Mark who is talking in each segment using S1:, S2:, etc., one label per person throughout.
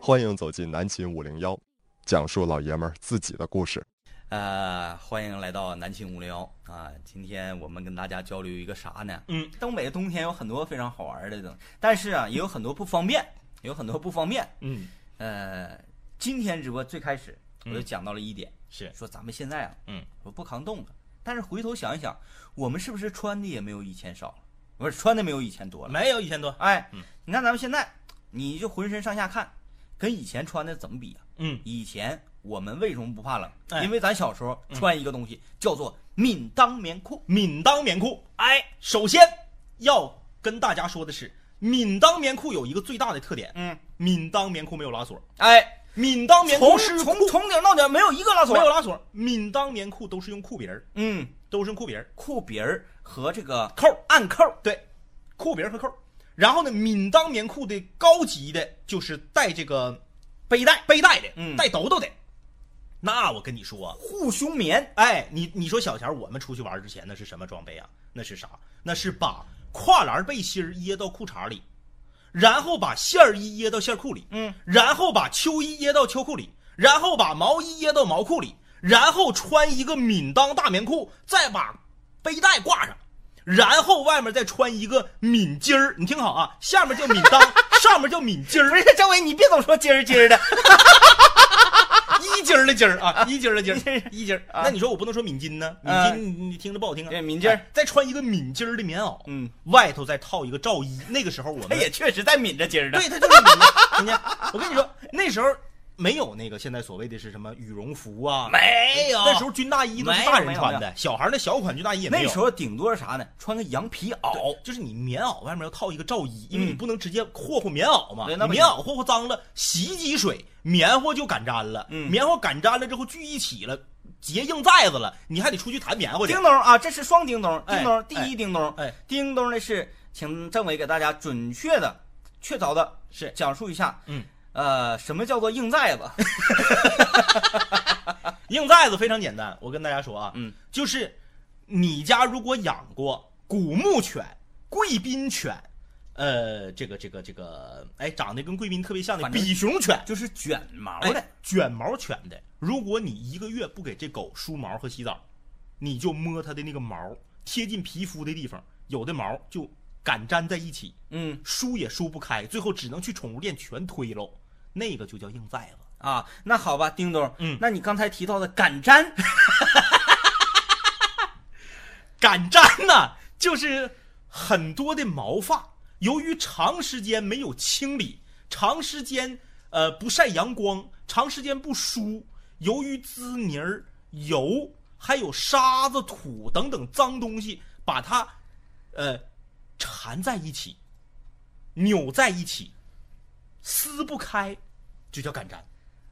S1: 欢迎走进南秦五零幺，讲述老爷们儿自己的故事。
S2: 呃，欢迎来到南青无聊啊！今天我们跟大家交流一个啥呢？
S3: 嗯，
S2: 东北的冬天有很多非常好玩的东西，但是啊，也有很多不方便，有很多不方便。
S3: 嗯，
S2: 呃，今天直播最开始我就
S3: 嗯
S2: 讲到了一点，
S3: 是，
S2: 说咱们现在啊，
S3: 嗯，
S2: 我不抗冻了，但是回头想一想，我们是不是穿的也没有以前少了？不是穿的没有以前多了？
S3: 没有一千多。
S2: 哎
S3: 嗯，
S2: 你看咱们现在，你就浑身上下看，跟以前穿的怎么比啊？
S3: 嗯，
S2: 以前我们为什么不怕冷？
S3: 哎
S2: 因为咱小时候穿一个东西、叫做闽当棉裤。
S3: 闽当棉裤，哎，首先要跟大家说的是，闽当棉裤有一个最大的特点，
S2: 嗯，
S3: 闽当棉裤没有拉锁，
S2: 哎，
S3: 闽当棉
S2: 从
S3: 裤是
S2: 从从顶到顶没有一个拉锁。
S3: 没有拉锁，闽当棉裤都是用裤别儿，
S2: 嗯，
S3: 都是用裤别儿
S2: 裤鼻儿和这个
S3: 扣儿，
S2: 暗扣儿。
S3: 对，裤别儿和扣儿。然后呢，闽当棉裤的高级的就是带这个背带，背带的，
S2: 嗯
S3: 带兜兜的。那我跟你说啊，
S2: 护胸棉，
S3: 哎，你你说小钱儿，我们出去玩儿之前那是什么装备啊？那是啥？那是把跨栏背心儿掖到裤衩里，然后把线儿衣掖到线裤里，
S2: 嗯，
S3: 然后把秋衣掖到秋裤里，然后把毛衣掖到毛裤里，然后穿一个闽当大棉裤，再把背带挂上，然后外面再穿一个闽巾儿。你听好啊，下面叫闽当，上面叫闽巾儿
S2: 不，是张伟，你别总说今儿今儿的。
S3: 一筋儿的筋儿啊，一筋儿的筋儿，一筋儿。
S2: 啊
S3: 那你说我不能说敏巾呢？敏
S2: 啊
S3: 巾你你听着不好听啊。
S2: 对敏巾儿
S3: 哎再穿一个敏巾儿的棉袄，
S2: 嗯，
S3: 外头再套一个罩衣。那个时候我
S2: 他
S3: 们
S2: 哎也确实在抿着今儿的。
S3: 对，他就是敏巾。人家，我跟你说，那时候没有那个现在所谓的是什么羽绒服啊，
S2: 没有
S3: 那时候军大衣都是大人穿
S2: 没有没有
S3: 的，小孩儿的小款军大衣也没有。
S2: 那时候顶多是啥呢？穿个羊皮袄
S3: 对。就是你棉袄外面要套一个罩衣，因为
S2: 嗯
S3: 你不能直接霍霍棉袄嘛，
S2: 对那
S3: 你
S2: 不
S3: 棉
S2: 行
S3: 袄霍霍脏了，洗衣机水棉花就擀粘了，
S2: 嗯
S3: 棉花擀粘了之后聚一起了，结硬寨子了，你还得出去弹棉花去
S2: 叮。咚啊，这是双叮咚，
S3: 哎
S2: 叮咚，第
S3: 哎
S2: 一叮咚，
S3: 哎，
S2: 叮咚的是，请政委给大家准确的、确凿的
S3: 是
S2: 讲述一下，
S3: 嗯，
S2: 呃，什么叫做硬寨子？
S3: 硬寨子非常简单，我跟大家说啊，
S2: 嗯，
S3: 就是你家如果养过古牧犬、贵宾犬，呃，这个这个这个，哎，长得跟贵宾特别像的
S2: 反正
S3: 比熊犬，
S2: 就是卷毛
S3: 哎
S2: 的，
S3: 卷毛犬的，如果你一个月不给这狗梳毛和洗澡，你就摸它的那个毛，贴近皮肤的地方，有的毛就敢粘在一起，
S2: 嗯
S3: 梳也梳不开，最后只能去宠物店全推喽。那个就叫硬寨子。
S2: 啊，那好吧，叮咚，
S3: 嗯
S2: 那你刚才提到的敢粘，
S3: 敢粘呢、就是很多的毛发，由于长时间没有清理，长时间呃不晒阳光，长时间不梳，由于滋泥儿、油还有沙子、土等等脏东西，把它呃缠在一起，扭在一起，撕不开，就叫敢粘。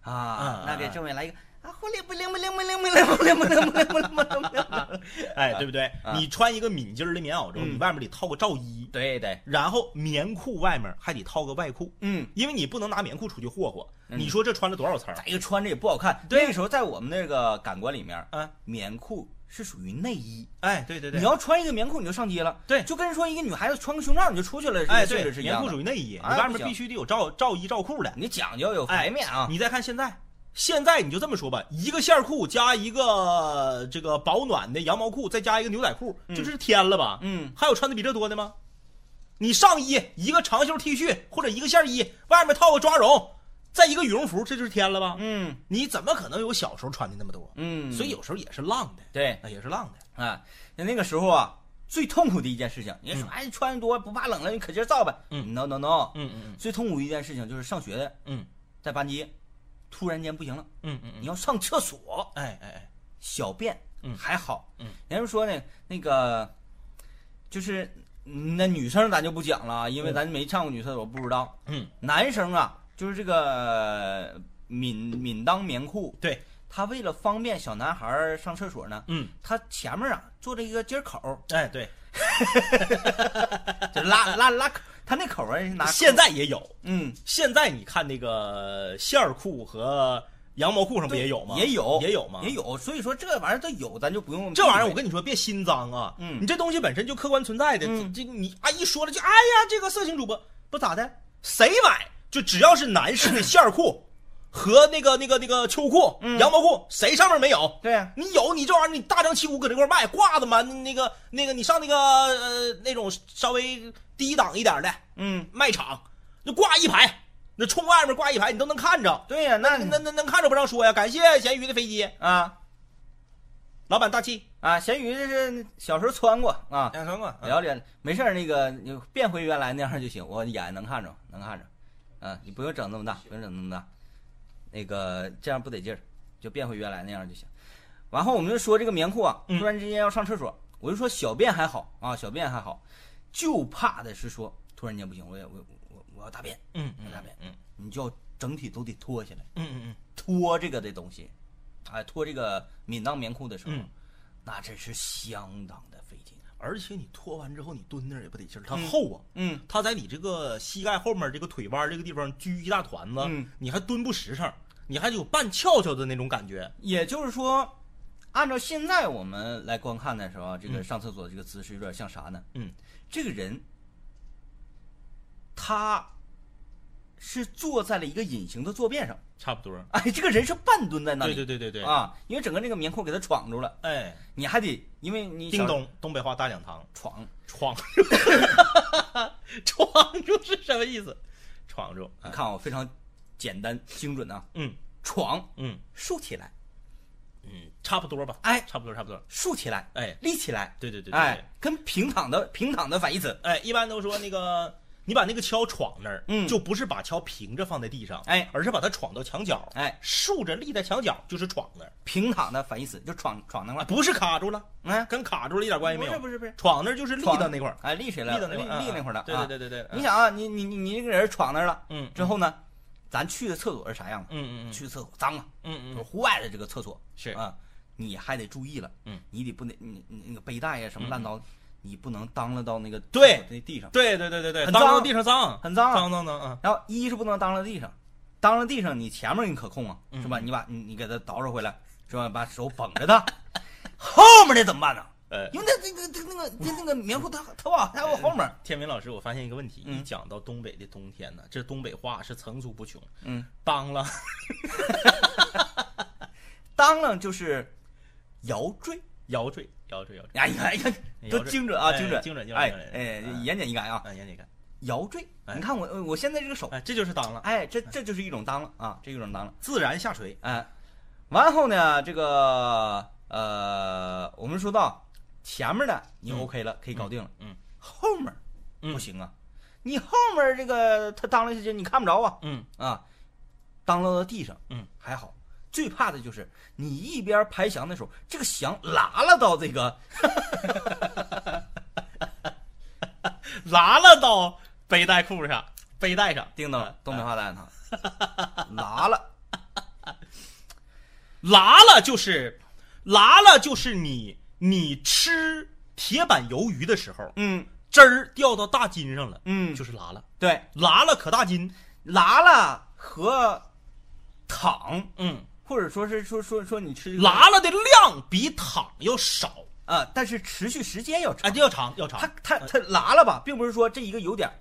S2: 啊
S3: 嗯，
S2: 那给政委来一个啊，呼灵不灵不灵不灵不灵不灵不灵不灵不灵不灵不灵，
S3: 哎，对不对？
S2: 啊
S3: 你穿一个敏襟儿的棉袄之后，
S2: 嗯
S3: 你外面得套个罩衣，
S2: 对对，
S3: 然后棉裤外面还得套个外裤，
S2: 嗯，
S3: 因为你不能拿棉裤出去霍霍。
S2: 嗯
S3: 你说这穿了多少层？
S2: 再一个穿着也不好看，那个时候在我们那个感官里面，
S3: 啊，
S2: 棉裤是属于内衣。
S3: 哎，对对对，
S2: 你要穿一个棉裤，你就上街了。
S3: 对
S2: 就跟说一个女孩子穿个胸罩你就出去了，
S3: 哎
S2: 这个性质，
S3: 对
S2: 是一
S3: 棉
S2: 样
S3: 裤
S2: 的。
S3: 属于内衣，
S2: 哎
S3: 你外
S2: 不
S3: 面
S2: 行
S3: 必须得有罩罩衣罩裤的。哎
S2: 你讲究有排面啊。
S3: 你再看现在，现在你就这么说吧，一个线儿裤加一个呃这个保暖的羊毛裤，再加一个牛仔裤，
S2: 嗯
S3: 这就是天了吧？
S2: 嗯，
S3: 还有穿的比这多的吗？你上衣一个长袖 T 恤或者一个线儿衣，外面套个抓绒，再一个羽绒服，这就是天了吧？
S2: 嗯
S3: 你怎么可能有小时候穿的那么多？
S2: 嗯，
S3: 所以有时候也是浪的。
S2: 对
S3: 啊，也是浪的。
S2: 啊，那那个时候啊，最痛苦的一件事情，人家说哎穿得多不怕冷了，你可劲儿造呗。
S3: 嗯
S2: n o No No，
S3: 嗯嗯
S2: 最痛苦一件事情就是上学的
S3: 嗯
S2: 在班级，突然间不行了，
S3: 嗯嗯
S2: 你要上厕所，
S3: 哎哎哎，
S2: 小便
S3: 嗯
S2: 还好，
S3: 嗯，
S2: 人家说呢那个就是嗯那女生咱就不讲了啊，因为咱没上过女厕所，不知道。
S3: 嗯，
S2: 男生啊，就是这个呃闽闽当棉裤，
S3: 对，
S2: 他为了方便小男孩儿上厕所呢，
S3: 嗯，
S2: 他前面啊做了一个接口，
S3: 哎对，
S2: 就是拉拉拉口，他那口啊是拿
S3: 现在也有，
S2: 嗯
S3: 现在你看那个线儿裤和羊毛裤上不也有吗？
S2: 也有
S3: 也有吗？
S2: 也。有，所以说这玩意儿都有，咱就不用
S3: 这玩意儿我跟你说，别心脏啊！
S2: 嗯
S3: 你这东西本身就客观存在的，
S2: 嗯
S3: 这这你啊一说了就哎呀，这个色情主播不咋的，谁买就只要是男士的线儿裤和那个那个那个秋裤、羊毛裤，谁上面没有？
S2: 对啊，
S3: 你有你这玩意儿，你大张旗鼓搁这块儿卖挂的嘛？那个那个，你上那个呃那种稍微低档一点的
S2: 嗯，
S3: 卖场，就挂一排，那冲外面挂一排，你都能看着。
S2: 对呀、那
S3: 那那能看着不让说呀！感谢咸鱼的飞机，
S2: 啊
S3: 老板大气，
S2: 啊，咸鱼这是小时候穿过啊，
S3: 两成啊
S2: 了解，没事儿，那个你变回原来那样就行，我眼能看着，能看着，嗯、你不用整那么大，不用整那么大，那个这样不得劲儿，就变回原来那样就行。然后我们就说这个棉裤啊，
S3: 嗯
S2: 突然之间要上厕所，我就说小便还好啊，小便还好，就怕的是说突然间不行，我也我我我要大便，
S3: 嗯嗯
S2: 我要大便，
S3: 嗯
S2: 你就要整体都得脱下来，
S3: 嗯嗯嗯，
S2: 脱这个的东西，哎，脱这个敏当棉裤的时候，
S3: 嗯
S2: 那真是相当的费劲，啊
S3: 而且你脱完之后你蹲那儿也不得劲儿，它厚啊。
S2: 嗯。
S3: 它在你这个膝盖后面这个腿弯这个地方掬一大团子，
S2: 嗯
S3: 你还蹲不实诚，你还有半翘翘的那种感觉。
S2: 也就是说，按照现在我们来观看的时候啊，这个上厕所的这个姿势有点像啥呢？
S3: 嗯，
S2: 这个人他是坐在了一个隐形的坐便上，
S3: 差不多。
S2: 哎，这个人是半蹲在那里，
S3: 对对对对对，
S2: 啊，因为整个那个棉裤给他闯住了，
S3: 哎，
S2: 你还得因为你
S3: 叮
S2: 想
S3: 咚，东北话大讲堂，
S2: 闯，
S3: 闯住，闯住是什么意思？闯住，
S2: 你看哦我非常简单精准啊，
S3: 嗯
S2: 闯
S3: 嗯
S2: 竖起来，
S3: 嗯，差不多吧，
S2: 哎
S3: 差不多差不多，
S2: 竖起来，
S3: 哎，
S2: 立起来，
S3: 对对对对，
S2: 哎，跟平躺的平躺的反义词，
S3: 对哎，一般都说那个。你把那个锹闯那儿，
S2: 嗯
S3: 就不是把锹平着放在地上，
S2: 哎
S3: 而是把它闯到墙角，
S2: 哎，
S3: 竖着立在墙角就是闯那儿，
S2: 平躺的反义词就闯闯那块儿，
S3: 啊不是卡住了，
S2: 哎。
S3: 跟卡住了一点关系没有。
S2: 不是不是不
S3: 闯那儿就是立
S2: 闯
S3: 到那块儿，
S2: 是，哎，立起来
S3: 立
S2: 了，
S3: 到那
S2: 立
S3: 块儿，
S2: 立那块儿了
S3: 啊。对
S2: 啊
S3: 对对对对，
S2: 你想啊，你你你你这个人闯那儿了，
S3: 嗯
S2: 之后呢，咱去的厕所是啥样的？
S3: 嗯嗯嗯
S2: 去厕所脏啊，
S3: 嗯
S2: 就是
S3: 嗯
S2: 户外的这个厕所
S3: 是
S2: 啊，你还得注意了，
S3: 嗯，
S2: 你得不能你你那个背带呀什么乱糟，你不能当了到那个
S3: 对
S2: 厕所那地上，
S3: 对对对对对，
S2: 很
S3: 当
S2: 脏
S3: 着地上脏，
S2: 很脏啊
S3: 脏脏脏啊，
S2: 然后一是不能当了地上，当了地上你前面你可控啊，是吧？你把你你给它倒饬回来，是吧？把手绷着它， 后面的怎么办呢？
S3: 呃。
S2: 因为那那个那个那个那个棉裤它它往它往后面，
S3: 天明老师，我发现一个问题，
S2: 嗯
S3: 一讲到东北的冬天呢，这东北话是层出不穷。
S2: 嗯。
S3: 当啷，
S2: 当啷就是摇坠。
S3: 摇坠，摇坠，摇坠。
S2: 哎呀哎呀，都精准啊，
S3: 哎
S2: 精准，
S3: 精准精准
S2: 哎
S3: 精准
S2: 哎
S3: 嗯，
S2: 言简意赅啊，
S3: 哎，严你看，
S2: 摇坠。
S3: 哎
S2: 你看我呃我现在这个手，
S3: 哎，这就是当啷，
S2: 哎，这这就是一种当啷啊，这一种当啷。
S3: 自然下垂。
S2: 哎，完后呢，这个呃，我们说到前面的你
S3: 嗯
S2: OK 了，可以搞定了，
S3: 嗯嗯，
S2: 后面
S3: 嗯
S2: 不行啊，你后面这个他当啷下去你看不着啊
S3: 嗯
S2: 啊，当啷到地上，
S3: 嗯，
S2: 还好。最怕的就是你一边排翔的时候，这个翔拉了到这个
S3: 拉了到背带裤上，背带上，
S2: 叮咚， 东北话大讲堂，拿了，
S3: 拉了就是，拉了就是你你吃铁板鱿鱼的时候，
S2: 嗯
S3: 汁儿掉到大筋上了，
S2: 嗯
S3: 就是拉了，
S2: 对，
S3: 拉了可大筋，
S2: 拿了和躺，
S3: 嗯，
S2: 或者说是说说说你吃这个
S3: 拉了的量比躺要少，
S2: 啊，但是持续时间要
S3: 哎，
S2: 长，
S3: 这要长要
S2: 他
S3: 长，
S2: 他他拿了吧，并不是说这一个有点儿，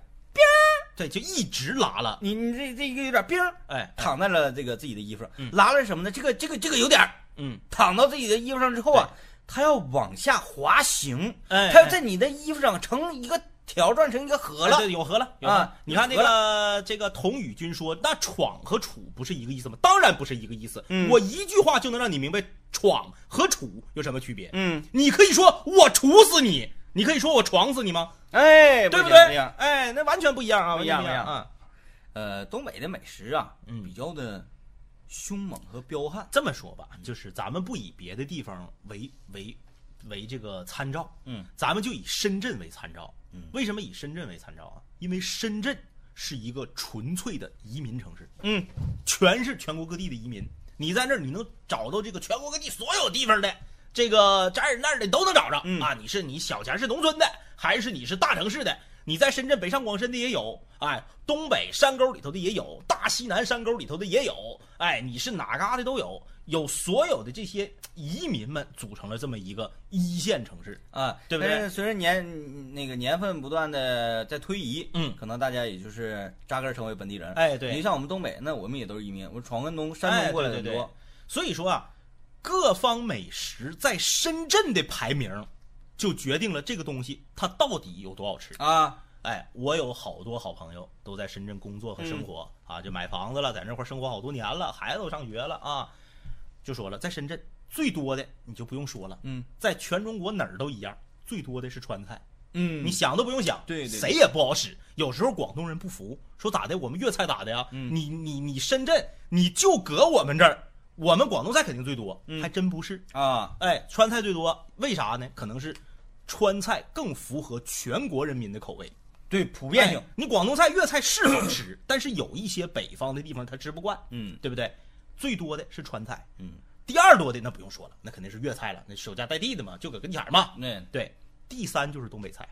S3: 对，就一直拉了，
S2: 你你这这一个有点儿冰儿
S3: 哎，哎
S2: 躺在了这个自己的衣服上
S3: 嗯，
S2: 拿了是什么呢？这个这个这个有点儿
S3: 嗯，
S2: 躺到自己的衣服上之后啊，它要往下滑行，
S3: 哎，
S2: 它要
S3: 哎
S2: 在你的衣服上成一个条状成一个河
S3: 哎
S2: 了，
S3: 对有合了，有
S2: 啊
S3: 合了你看那
S2: 合
S3: 个这个童宇君说，那闯和处不是一个意思吗？当然不是一个意思，
S2: 嗯
S3: 我一句话就能让你明白闯和处有什么区别。
S2: 嗯，
S3: 你可以说我处死你，你可以说我闯死你吗？
S2: 哎，
S3: 对不
S2: 不
S3: 对
S2: 行行？
S3: 哎，那完全不一样啊，
S2: 不一
S3: 完全
S2: 样
S3: 不一样
S2: 不一
S3: 啊！
S2: 呃，东北的美食啊，
S3: 嗯
S2: 比较的凶猛和彪悍。
S3: 这么说吧，就是咱们不以别的地方为为为这个参照，
S2: 嗯，
S3: 咱们就以深圳为参照。
S2: 嗯
S3: 为什么以深圳为参照啊？因为深圳是一个纯粹的移民城市，
S2: 嗯，
S3: 全是全国各地的移民。你在那儿，你能找到这个全国各地所有地方的这个这儿那儿的，你都能找着、
S2: 嗯
S3: 啊。你是你小钱是农村的，还是你是大城市的？你在深圳北上广深的也有，哎，东北山沟里头的也有，大西南山沟里头的也有，哎，你是哪嘎的都有。有所有的这些移民们组成了这么一个一线城市。
S2: 啊，
S3: 对不对
S2: 但是随着年那个年份不断的在推移，
S3: 嗯
S2: 可能大家也就是扎根成为本地人。
S3: 哎，
S2: 嗯你就
S3: 对，
S2: 像我们东北，那我们也都是移民，我闯关东、山
S3: 哎
S2: 东过来
S3: 对
S2: 的
S3: 对
S2: 多。
S3: 对所以说啊，各方美食在深圳的排名，就决定了这个东西它到底有多好吃。
S2: 啊，
S3: 哎，我有好多好朋友都在深圳工作和
S2: 嗯
S3: 生活、啊，就买房子了，在那块儿生活好多年了，孩子都上学了啊，就说了，在深圳最多的你就不用说了，
S2: 嗯
S3: 在全中国哪儿都一样，最多的是川菜，
S2: 嗯
S3: 你想都不用想，
S2: 对对对
S3: 谁也不好使。有时候广东人不服，说咋的，我们粤菜咋的呀？
S2: 嗯
S3: 你你你深圳你就搁我们这儿，我们广东菜肯定最多，
S2: 嗯
S3: 还真不是。
S2: 啊，
S3: 哎，川菜最多，为啥呢？可能是川菜更符合全国人民的口味。
S2: 对，普
S3: 普
S2: 遍性，
S3: 你广东菜、粤菜是好吃， 但是有一些北方的地方他吃不惯，
S2: 嗯
S3: 对不对？最多的是川菜，
S2: 嗯，
S3: 第二多的那不用说了，那肯定是粤菜了，那守家待地的嘛，就搁跟前儿嘛。
S2: 那
S3: 对，第三就是东北菜，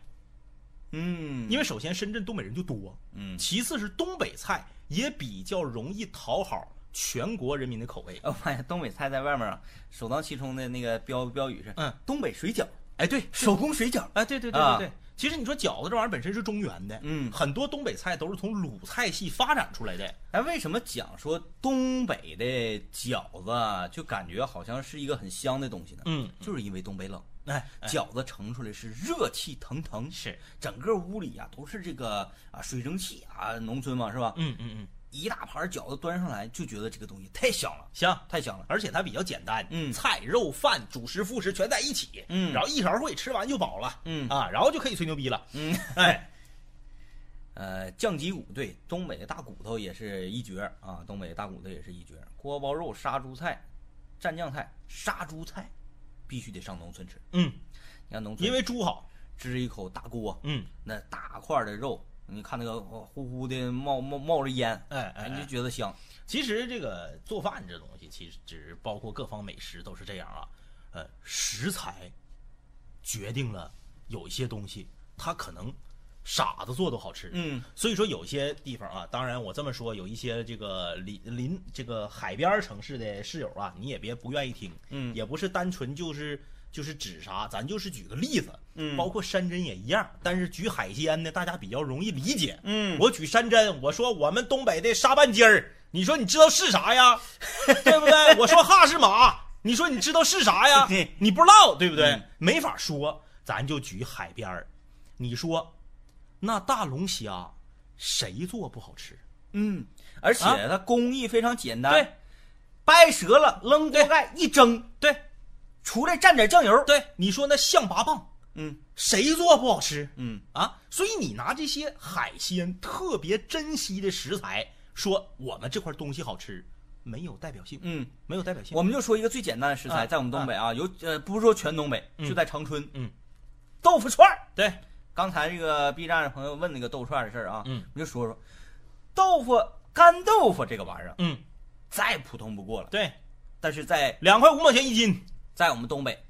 S2: 嗯，
S3: 因
S2: 为
S3: 为首先深圳东北人就多，
S2: 嗯，
S3: 其次是东北菜也比较容易讨好全国人民的口味。
S2: 我发现东北菜在外面啊，首当其冲的那个标标语是，
S3: 嗯，
S2: 东北水饺，
S3: 哎，对，
S2: 手工水饺，
S3: 哎，对对对
S2: 啊
S3: 对对，其实你说饺子这玩意儿本身是中原的，
S2: 嗯
S3: 很多东北菜都是从鲁菜系发展出来的。
S2: 哎，为什么讲说东北的饺子啊就感觉好像是一个很香的东西呢？
S3: 嗯，
S2: 就是因为东北冷，
S3: 哎，
S2: 饺子盛出来是热气腾腾，
S3: 是，
S2: 整个屋里啊都是这个啊水蒸气啊，农村嘛是吧？
S3: 嗯嗯嗯，
S2: 一大盘饺子端上来，就觉得这个东西太香了，
S3: 行。
S2: 太香了。
S3: 而且它比较简单，
S2: 嗯
S3: 菜、肉、饭、主食、副食全在一起，
S2: 嗯
S3: 然后一勺烩，吃完就饱了，
S2: 嗯
S3: 啊，然后就可以吹牛逼了，
S2: 嗯，
S3: 哎，
S2: 呃，酱脊骨对，东北的大骨头也是一绝儿啊，东北的大骨头也是一绝儿。锅包肉、杀猪菜、蘸酱菜、杀猪菜，必须得上农村吃。
S3: 嗯，
S2: 你看农村，
S3: 因为猪好，
S2: 支一口大锅，
S3: 嗯，
S2: 那大块儿的肉，你看那个哦呼呼的冒冒冒着烟，
S3: 哎哎
S2: 你就
S3: 哎，
S2: 觉得香。
S3: 其实这个做饭这东西，其实包括各方美食都是这样啊，呃，食材决定了有一些东西，它可能傻子做都好吃，
S2: 嗯
S3: 所以说有些地方啊，当然我这么说，有一些这个邻邻这个海边儿城市的室友啊，你也别不愿意听，
S2: 嗯
S3: 也不是单纯就是就是指啥，咱就是举个例子，
S2: 嗯
S3: 包括山珍也一样，但是举海鲜呢，大家比较容易理解，
S2: 嗯，
S3: 我举山珍，我说我们东北的沙拌鸡儿，你说你知道是 啥呀？对不对？我说哈士马，你说你知道是啥 呀
S2: 对？
S3: 你不知道，对不对？
S2: 嗯
S3: 没法说，咱就举海边儿。你说那大龙虾谁做不好吃？
S2: 嗯，而且
S3: 啊
S2: 它工艺非常简单，
S3: 对，
S2: 掰折了扔锅盖一蒸，
S3: 对
S2: 出来蘸点酱油，
S3: 对，你说那象拔蚌
S2: 嗯
S3: 谁做不好吃
S2: 嗯
S3: 啊？所以你拿这些海鲜特别珍惜的食材，说我们这块东西好吃，没有代表性，
S2: 嗯，
S3: 没有代表性。
S2: 我们就说一个最简单的食材，
S3: 啊
S2: 在我们东北啊，有呃不是说全东北，
S3: 嗯
S2: 就在长春，
S3: 嗯，
S2: 豆腐串儿。
S3: 对，
S2: 刚才这个 B 站的朋友问那个豆腐串儿的事儿啊，
S3: 嗯，
S2: 我就说说豆腐干豆腐这个玩意儿
S3: 嗯，
S2: 再普通不过了，
S3: 对，
S2: 但是在
S3: 两块五毛钱一斤。
S2: 在我们东北，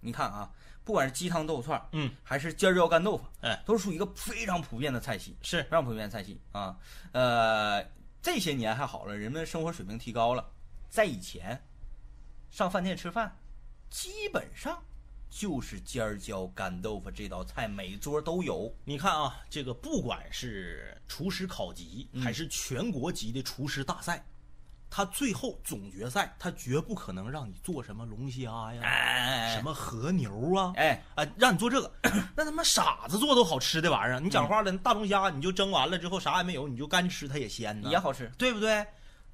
S2: 你看啊，不管是鸡汤豆腐串儿
S3: 嗯，
S2: 还是尖儿椒干豆腐，
S3: 哎，
S2: 都是属于一个非常普遍的菜系。
S3: 是
S2: 非常普遍的菜系啊。呃，这些年还好了，人们生活水平提高了，在以前，上饭店吃饭，基本上就是尖儿椒干豆腐这道菜，每桌都有。
S3: 你看啊，这个不管是厨师考级
S2: 嗯
S3: 还是全国级的厨师大赛，他最后总决赛他绝不可能让你做什么龙虾呀、
S2: 哎
S3: 什么和牛啊，
S2: 哎，
S3: 啊，让你做 这个，那他妈傻子做都好吃的玩意儿。你讲话了，大龙虾你就蒸完了之后啥也没有，你就干吃它也鲜呢
S2: 也，好吃。
S3: 对不对？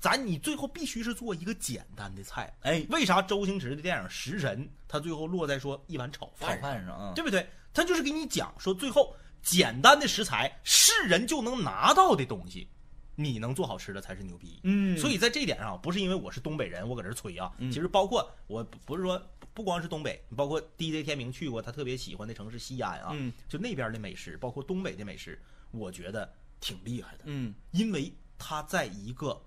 S3: 咱你最后必须是做一个简单的菜。
S2: 哎，
S3: 为啥周星驰的电影《食神》他最后落在说一碗炒
S2: 炒
S3: 饭上？
S2: 饭上啊，
S3: 对不对？他就是给你讲说，最后简单的食材是人就能拿到的东西，你能做好吃的才是牛逼。
S2: 嗯
S3: 所以在这一点上，不是因为我是东北人，我搁这儿吹啊。
S2: 嗯
S3: 其实包括我不不是说不光是东北，包括 DJ 天明去过他特别喜欢的城市西安啊，
S2: 嗯
S3: 就那边的美食，包括东北的美食，我觉得挺厉害的，
S2: 嗯
S3: 因为它在一个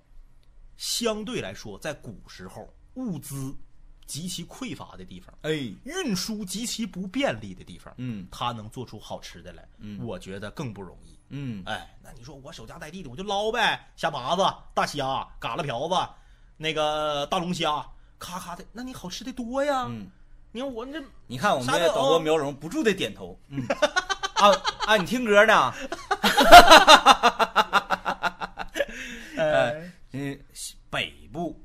S3: 相对来说在古时候物资极其匮乏的地方。
S2: 哎
S3: 运输极其不便利的地方，
S2: 嗯
S3: 他能做出好吃的来，
S2: 嗯
S3: 我觉得更不容易。
S2: 嗯
S3: 哎，那你说我守家待地的，我就捞呗，虾爬子、大虾、嘎啦瓢子、那个大龙虾、咔咔的，那你好吃的多呀。
S2: 嗯，
S3: 你看我这
S2: 你看我们
S3: 啥
S2: 这
S3: 都哦
S2: 导播苗荣不住的点头， 嗯，啊啊，你听歌呢？
S3: 呃，
S2: 嗯，北部，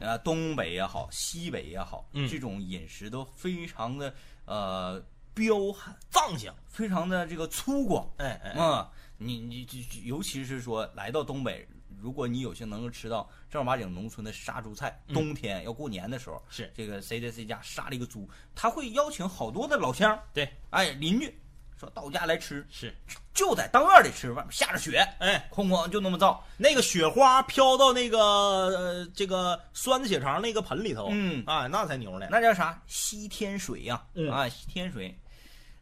S2: 啊，东北也好，西北也好，
S3: 嗯
S2: 这种饮食都非常的呃彪悍，
S3: 放下，
S2: 非常的这个粗犷。
S3: 哎哎，
S2: 嗯，你你就就尤其是说来到东北，如果你有幸能够吃到正儿八经农村的杀猪菜，
S3: 嗯
S2: 冬天要过年的时候，
S3: 是
S2: 这个谁谁谁家杀了一个猪，他会邀请好多的老乡，
S3: 对，
S2: 哎，邻居说到我家来吃，
S3: 是，
S2: 就在当院里吃，外面下着雪，
S3: 哎，
S2: 哐哐就那么造，
S3: 那个雪花飘到那个呃这个酸子血肠那个盆里头，
S2: 嗯
S3: 啊，那才牛呢。
S2: 那叫啥西天水呀、
S3: 嗯
S2: 啊，西天水，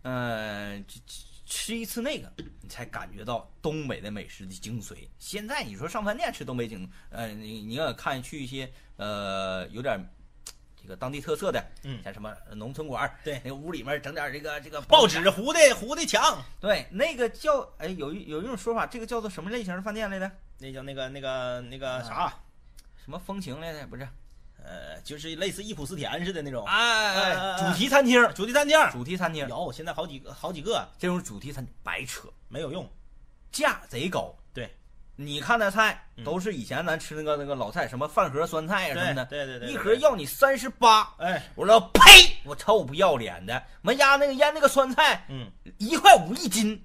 S2: 呃，这这吃一次那个，你才感觉到东北的美食的精髓。现在你说上饭店吃东北景，呃，你你要看去一些呃有点这个当地特色的，
S3: 嗯
S2: 像什么农村馆儿，
S3: 对
S2: 那个屋里面整点这个这个
S3: 报纸啊糊的糊的墙，
S2: 对，那个叫哎有一有一种说法，这个叫做什么类型的饭店来的？
S3: 那叫那个那个那个啥，
S2: 什么风情来的？不是，
S3: 呃，就是类似忆苦思甜似的那种
S2: 哎
S3: 哎
S2: 主题餐厅，
S3: 主题餐厅。
S2: 主题餐厅，
S3: 有，现在好几个好几个
S2: 这种主题餐厅白扯，
S3: 没有用。
S2: 价贼高。
S3: 对，
S2: 你看那菜
S3: 嗯
S2: 都是以前咱吃那个那个老菜，什么饭盒酸菜呀、
S3: 对
S2: 什么的，
S3: 对对对对
S2: 一盒要你三十八，
S3: 哎，
S2: 我说呸，我臭不要脸的，我们家那个腌那个酸菜
S3: 嗯，
S2: 一块五一斤，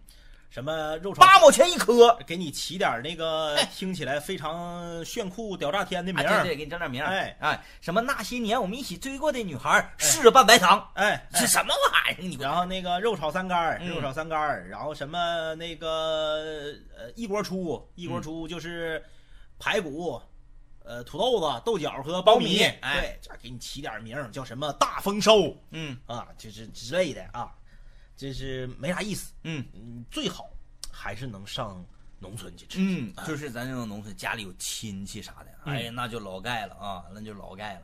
S3: 什么肉炒
S2: 八毛钱一颗，
S3: 给你起点那个
S2: 哎
S3: 听起来非常炫酷屌炸天的名
S2: 哎
S3: 儿
S2: 对对，，给你整点名儿，
S3: 哎
S2: 哎，什么那些年我们一起追过的女孩，试着拌白糖，
S3: 哎，
S2: 是什么玩意儿？你给我
S3: 然后那个肉炒三干儿，
S2: 嗯
S3: 肉炒三干儿，然后什么那个呃一锅出，一锅
S2: 嗯
S3: 出就是排骨。呃，土豆子、豆角和
S2: 苞
S3: 苞
S2: 米哎
S3: 对，这给你起点名儿，叫什么大丰收
S2: 嗯
S3: 啊，就是之类的啊，这是没啥意思。
S2: 嗯
S3: 嗯，最好还是能上农村去吃。
S2: 嗯，就是咱这种农村家里有亲戚啥的，
S3: 嗯
S2: 哎呀，那就老盖了啊，那就老盖了。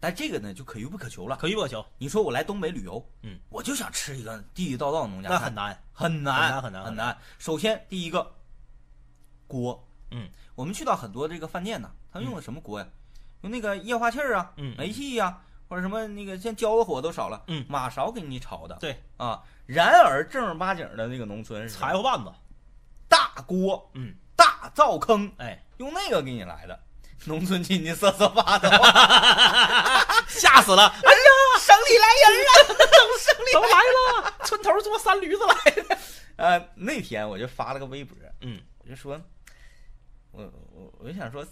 S2: 但这个呢，就可遇不可求了。
S3: 可遇不可求，
S2: 你说我来东北旅游，
S3: 嗯，
S2: 我就想吃一个地地道道的农家
S3: 那
S2: 菜
S3: 很，难。
S2: 很难，
S3: 很难很难
S2: 很难。首先第一个锅，
S3: 嗯，
S2: 我们去到很多这个饭店呢，他们用的什么锅呀？用那个液化气儿啊，
S3: 嗯
S2: 煤气呀、或者什么那个现在焦的火都少了，
S3: 嗯
S2: 马勺给你炒的，
S3: 对
S2: 啊。然而正儿八经的那个农村是什么
S3: 柴火棒子，
S2: 大锅、
S3: 嗯，
S2: 大灶坑，
S3: 哎，
S2: 用那个给你来的。 农村亲戚瑟瑟发 抖，哎呀，
S3: 吓死 了！
S2: 省里来 人了。啊
S3: 都来了，村头做三驴子来。
S2: 呃，那天我就发了个微博，
S3: 嗯，
S2: 我就说，我我我就想说，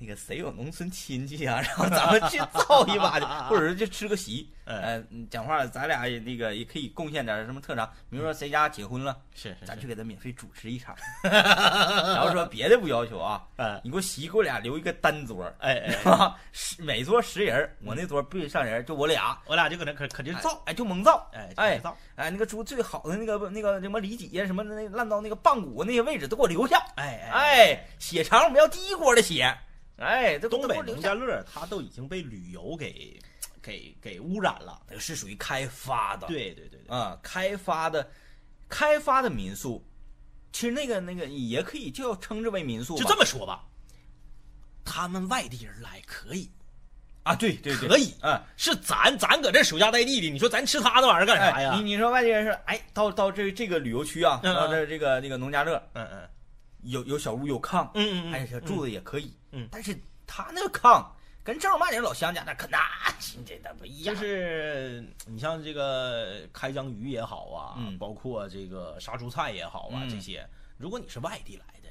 S2: 那个谁有农村亲戚啊， 然后咱们去造一 把去，或者是就吃个席。
S3: 哎
S2: 呃，嗯讲话咱俩也那个也可以贡献点什么特长，比如说谁家结婚了，
S3: 是是
S2: 咱
S3: 是，
S2: 去给他免费主持一 场。然后说别的不要求啊，
S3: 哎
S2: 你给我席给我俩留一个单桌儿，
S3: 哎哎，
S2: 啊十每桌十人儿，我那桌不许上人儿，就我俩。
S3: 我俩就搁那可肯定造，
S2: 造哎，就蒙造
S3: 哎
S2: 哎
S3: 造，
S2: 哎，那个猪最好的那个那个什么里脊呀，什么那烂到那个棒骨那些位置都给我留下，
S3: 哎哎，
S2: 哎，血肠我们要第一锅的血，哎，这
S3: 东北农
S2: 农
S3: 家乐它都已经被旅游给给给污染了。
S2: 是属于开发的，
S3: 对对对对，
S2: 啊、开发的开发的民宿，其实那个那个也可以就称之为民宿吧，
S3: 就这么说吧，他们外地人来可以，
S2: 啊，对对对，
S3: 可以
S2: 啊。
S3: 是咱咱搁这守家待地的，你说咱吃他那玩意儿干啥
S2: 哎，
S3: 呀
S2: 你？你说外地人说，哎，到到这这个旅游区啊，
S3: 嗯嗯
S2: 到这这个这个农家乐，
S3: 嗯嗯
S2: 有有小屋有炕，
S3: 嗯嗯，
S2: 哎，小住的也可以，
S3: 嗯
S2: 但是他那个炕跟正儿八经老乡家那可那这那不一样，
S3: 就是你像这个开江鱼也好啊，
S2: 嗯
S3: 包括这个杀猪菜也好啊，
S2: 嗯
S3: 这些，如果你是外地来的，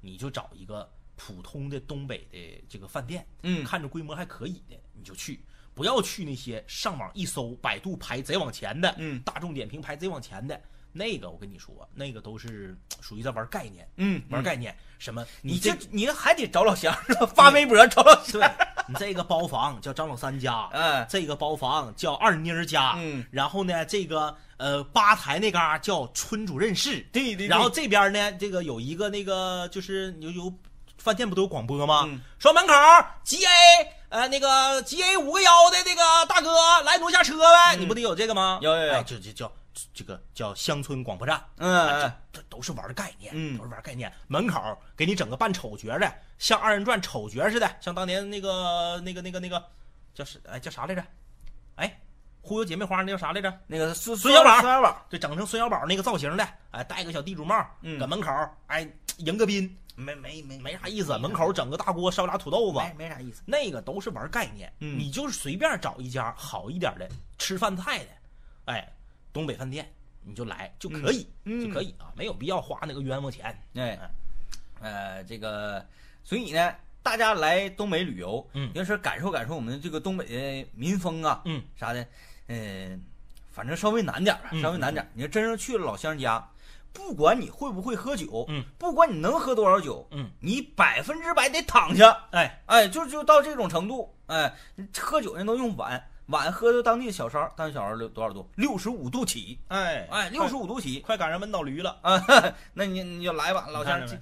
S3: 你就找一个普通的东北的这个饭店，
S2: 嗯
S3: 看着规模还可以的，你就去，不要去那些上网一搜，百度排贼往前的，
S2: 嗯
S3: 大众点评排贼往前的。那个我跟你说，那个都是属于在玩概念，
S2: 嗯
S3: 玩概念，什么
S2: 你
S3: 这
S2: 这你还得找老乡发微博找老乡，
S3: 对你这个包房叫张老三家，
S2: 嗯
S3: 这个包房叫二妮儿家，
S2: 嗯，
S3: 然后呢，这个呃吧台那嘎叫村主任室，
S2: 对对对
S3: 然后这边呢，这个有一个那个就是有有饭店不都有广播吗？
S2: 嗯
S3: 说门口 G A 呃那个 G A 五个腰的这个大哥来挪下车呗，
S2: 嗯
S3: 你不得有这个吗？
S2: 有有有
S3: 哎，这这叫这个叫乡村广播站，
S2: 嗯嗯
S3: 啊这都是玩概念，
S2: 嗯
S3: 都是玩概念。门口给你整个扮丑角的，像二人转丑角似的，像当年那个那个那个那个叫是哎叫啥来着？哎，忽悠姐妹花那叫啥来着？
S2: 那个孙
S3: 孙小宝
S2: 孙小宝，
S3: 就整成孙小宝那个造型的，哎，戴个小地主帽，
S2: 嗯
S3: 搁门口哎迎个宾，没没没没啥意思，门口整个大锅烧俩土豆子，
S2: 哎没没啥意思。
S3: 那个都是玩概念，
S2: 嗯
S3: 你就是随便找一家好一点的吃饭菜的，哎，东北饭店你就来就可以，
S2: 嗯嗯
S3: 就可以嗯啊，没有必要花那个冤枉钱。
S2: 哎，呃，这个，所以呢，大家来东北旅游，
S3: 嗯
S2: 要是感受感受我们这个东北的民风啊，
S3: 嗯，
S2: 啥的，嗯、反正稍微难点儿吧，
S3: 嗯
S2: 稍微难点儿。你要真是去了老乡家，不管你会不会喝酒，
S3: 嗯，
S2: 不管你能喝多少酒，
S3: 嗯，
S2: 你百分之百得躺下，
S3: 哎，
S2: 哎，就就到这种程度，哎，喝酒人都用碗，碗喝的当地的小烧，当地小烧六多少度？六十五度起，
S3: 哎
S2: 哎，六十五度起。
S3: 快赶上闷倒驴了，
S2: 啊， 那你你就来吧，老乡
S3: 你看着
S2: 这
S3: 没，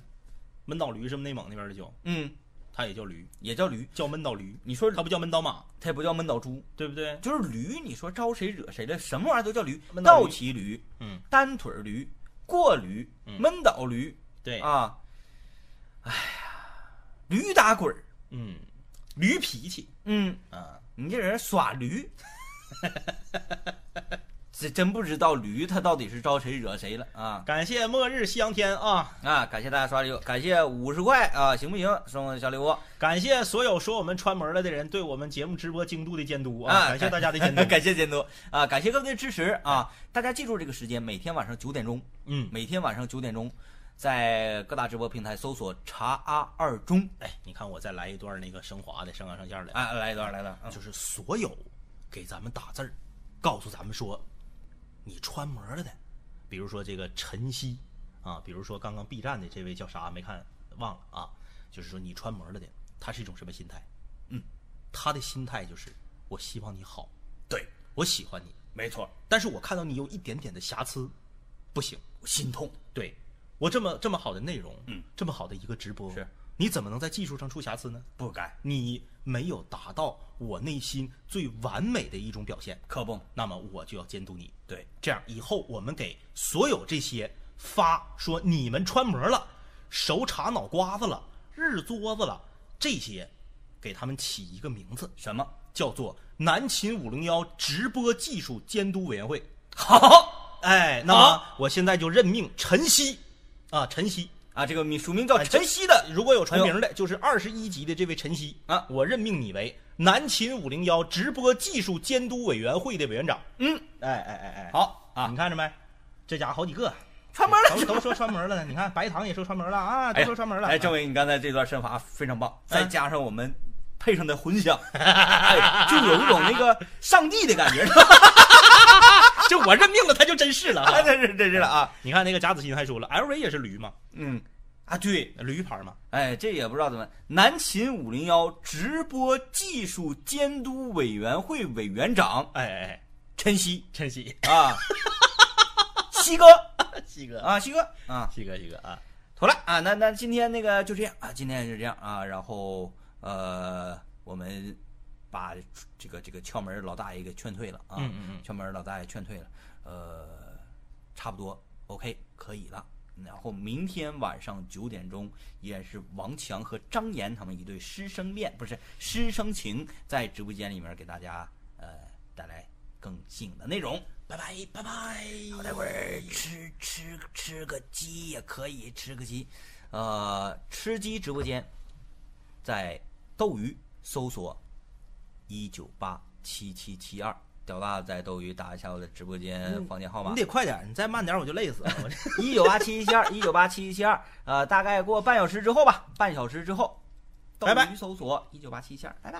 S3: 闷倒驴是内蒙那边的酒，
S2: 嗯，
S3: 它也叫驴，
S2: 也叫驴。
S3: 叫闷倒 驴，
S2: 你说
S3: 它不叫闷倒马，
S2: 它也不叫闷倒猪，
S3: 对不对？
S2: 就是驴。你说招谁惹谁了？什么玩意儿都叫驴，
S3: 闷倒驴
S2: 倒骑驴、
S3: 嗯，
S2: 单腿驴、过驴、
S3: 嗯
S2: 闷倒驴
S3: 对，
S2: 啊！哎呀，驴打滚儿，
S3: 嗯，驴脾气
S2: 嗯，
S3: 啊，
S2: 你这人耍驴， 这真不知道驴它到底是招谁惹谁了啊！
S3: 感谢末日夕阳天啊，
S2: 啊，感谢大家刷礼物，感谢五十块啊，行不行？送我小礼物，
S3: 感谢所有说我们穿门了的人对我们节目直播精度的监督
S2: 啊
S3: 啊， 感谢大家的监督。
S2: 感谢监督啊，感谢各位的支持啊！大家记住这个时间，每天晚上九点钟。
S3: 嗯，
S2: 每天晚上九点钟，在各大直播平台搜索“茶阿二中
S3: 哎，你看我再来一段那个升华的，上纲上线”。的，
S2: 啊，来一段，来一段，嗯
S3: 就是所有给咱们打字儿，告诉咱们说你穿模了的，比如说这个晨曦啊，比如说刚刚 B 站的这位叫啥没看忘了啊，就是说你穿模了的，他是一种什么心态？
S2: 嗯，
S3: 他的心态就是我希望你好，
S2: 对，
S3: 我喜欢你，
S2: 没错，
S3: 但是我看到你有一点点的瑕疵，不行，
S2: 心痛，
S3: 对我这么这么好的内容，
S2: 嗯，
S3: 这么好的一个直播，
S2: 是
S3: 你怎么能在技术上出瑕疵呢？
S2: 不该，
S3: 你没有达到我内心最完美的一种表现，
S2: 可不，
S3: 那么我就要监督你。
S2: 对，
S3: 这样以后我们给所有这些发说你们穿模了、手插脑瓜子了、日桌子了这些，给他们起一个名字，
S2: 什么
S3: 叫做南秦五零幺直播技术监督委员会。
S2: 好
S3: 哎，那么我现在就任命晨曦，啊，晨曦，
S2: 啊？这个名署名叫
S3: 哎
S2: 晨曦的，
S3: 如果有重名的，就是二十一级的这位晨曦
S2: 啊
S3: 我任命你为南秦五零幺直播技术监督委员会的委员长。
S2: 嗯，
S3: 哎哎哎哎，
S2: 好啊
S3: 你看着没？这家伙好几个啊
S2: 串门
S3: 都
S2: 了。
S3: 都说穿门了呢。你看白糖也说穿门了啊，都
S2: 呀
S3: 说穿门了。
S2: 哎，政委，你刚才这段身法非常棒，再加上我们配上的混响，哎就有一种那个上帝的感觉，
S3: 就我任命了，他就真是了啊。
S2: 真是真是了啊！
S3: 你看那个贾子欣还说了，LV 也是驴嘛，
S2: 嗯，啊对，
S3: 驴牌嘛。
S2: 哎，这也不知道怎么，南秦五零幺直播技术监督委员会委员长
S3: 哎哎哎，
S2: 陈曦
S3: 晨曦，
S2: 啊，西哥
S3: 西哥，
S2: 啊，西哥啊，
S3: 西哥，西哥啊，
S2: 妥了啊，那那今天那个就这样啊，今天就这样啊，然后呃，我们把这个这个敲门老大爷给劝退了啊，
S3: 嗯嗯嗯
S2: 敲门老大爷劝退了，呃，差不多 OK 可以了。然后明天晚上九点钟，依然是王强和张岩他们一对师生恋，不是师生情，在直播间里面给大家呃带来更新的内容。
S3: 拜拜拜拜。
S2: 好，待会儿吃吃吃个鸡也可以，吃个鸡。呃，吃鸡直播间，在斗鱼搜索一九八七七七二，屌大在斗鱼打一下我的直播间房间号码
S3: 你，得快点，你再慢点我就累死了。我这
S2: 一九八七七七二，一九八七七七二。呃，大概过半小时之后吧，半小时之后，斗
S3: 拜拜
S2: 鱼搜索一九八七七二，拜拜。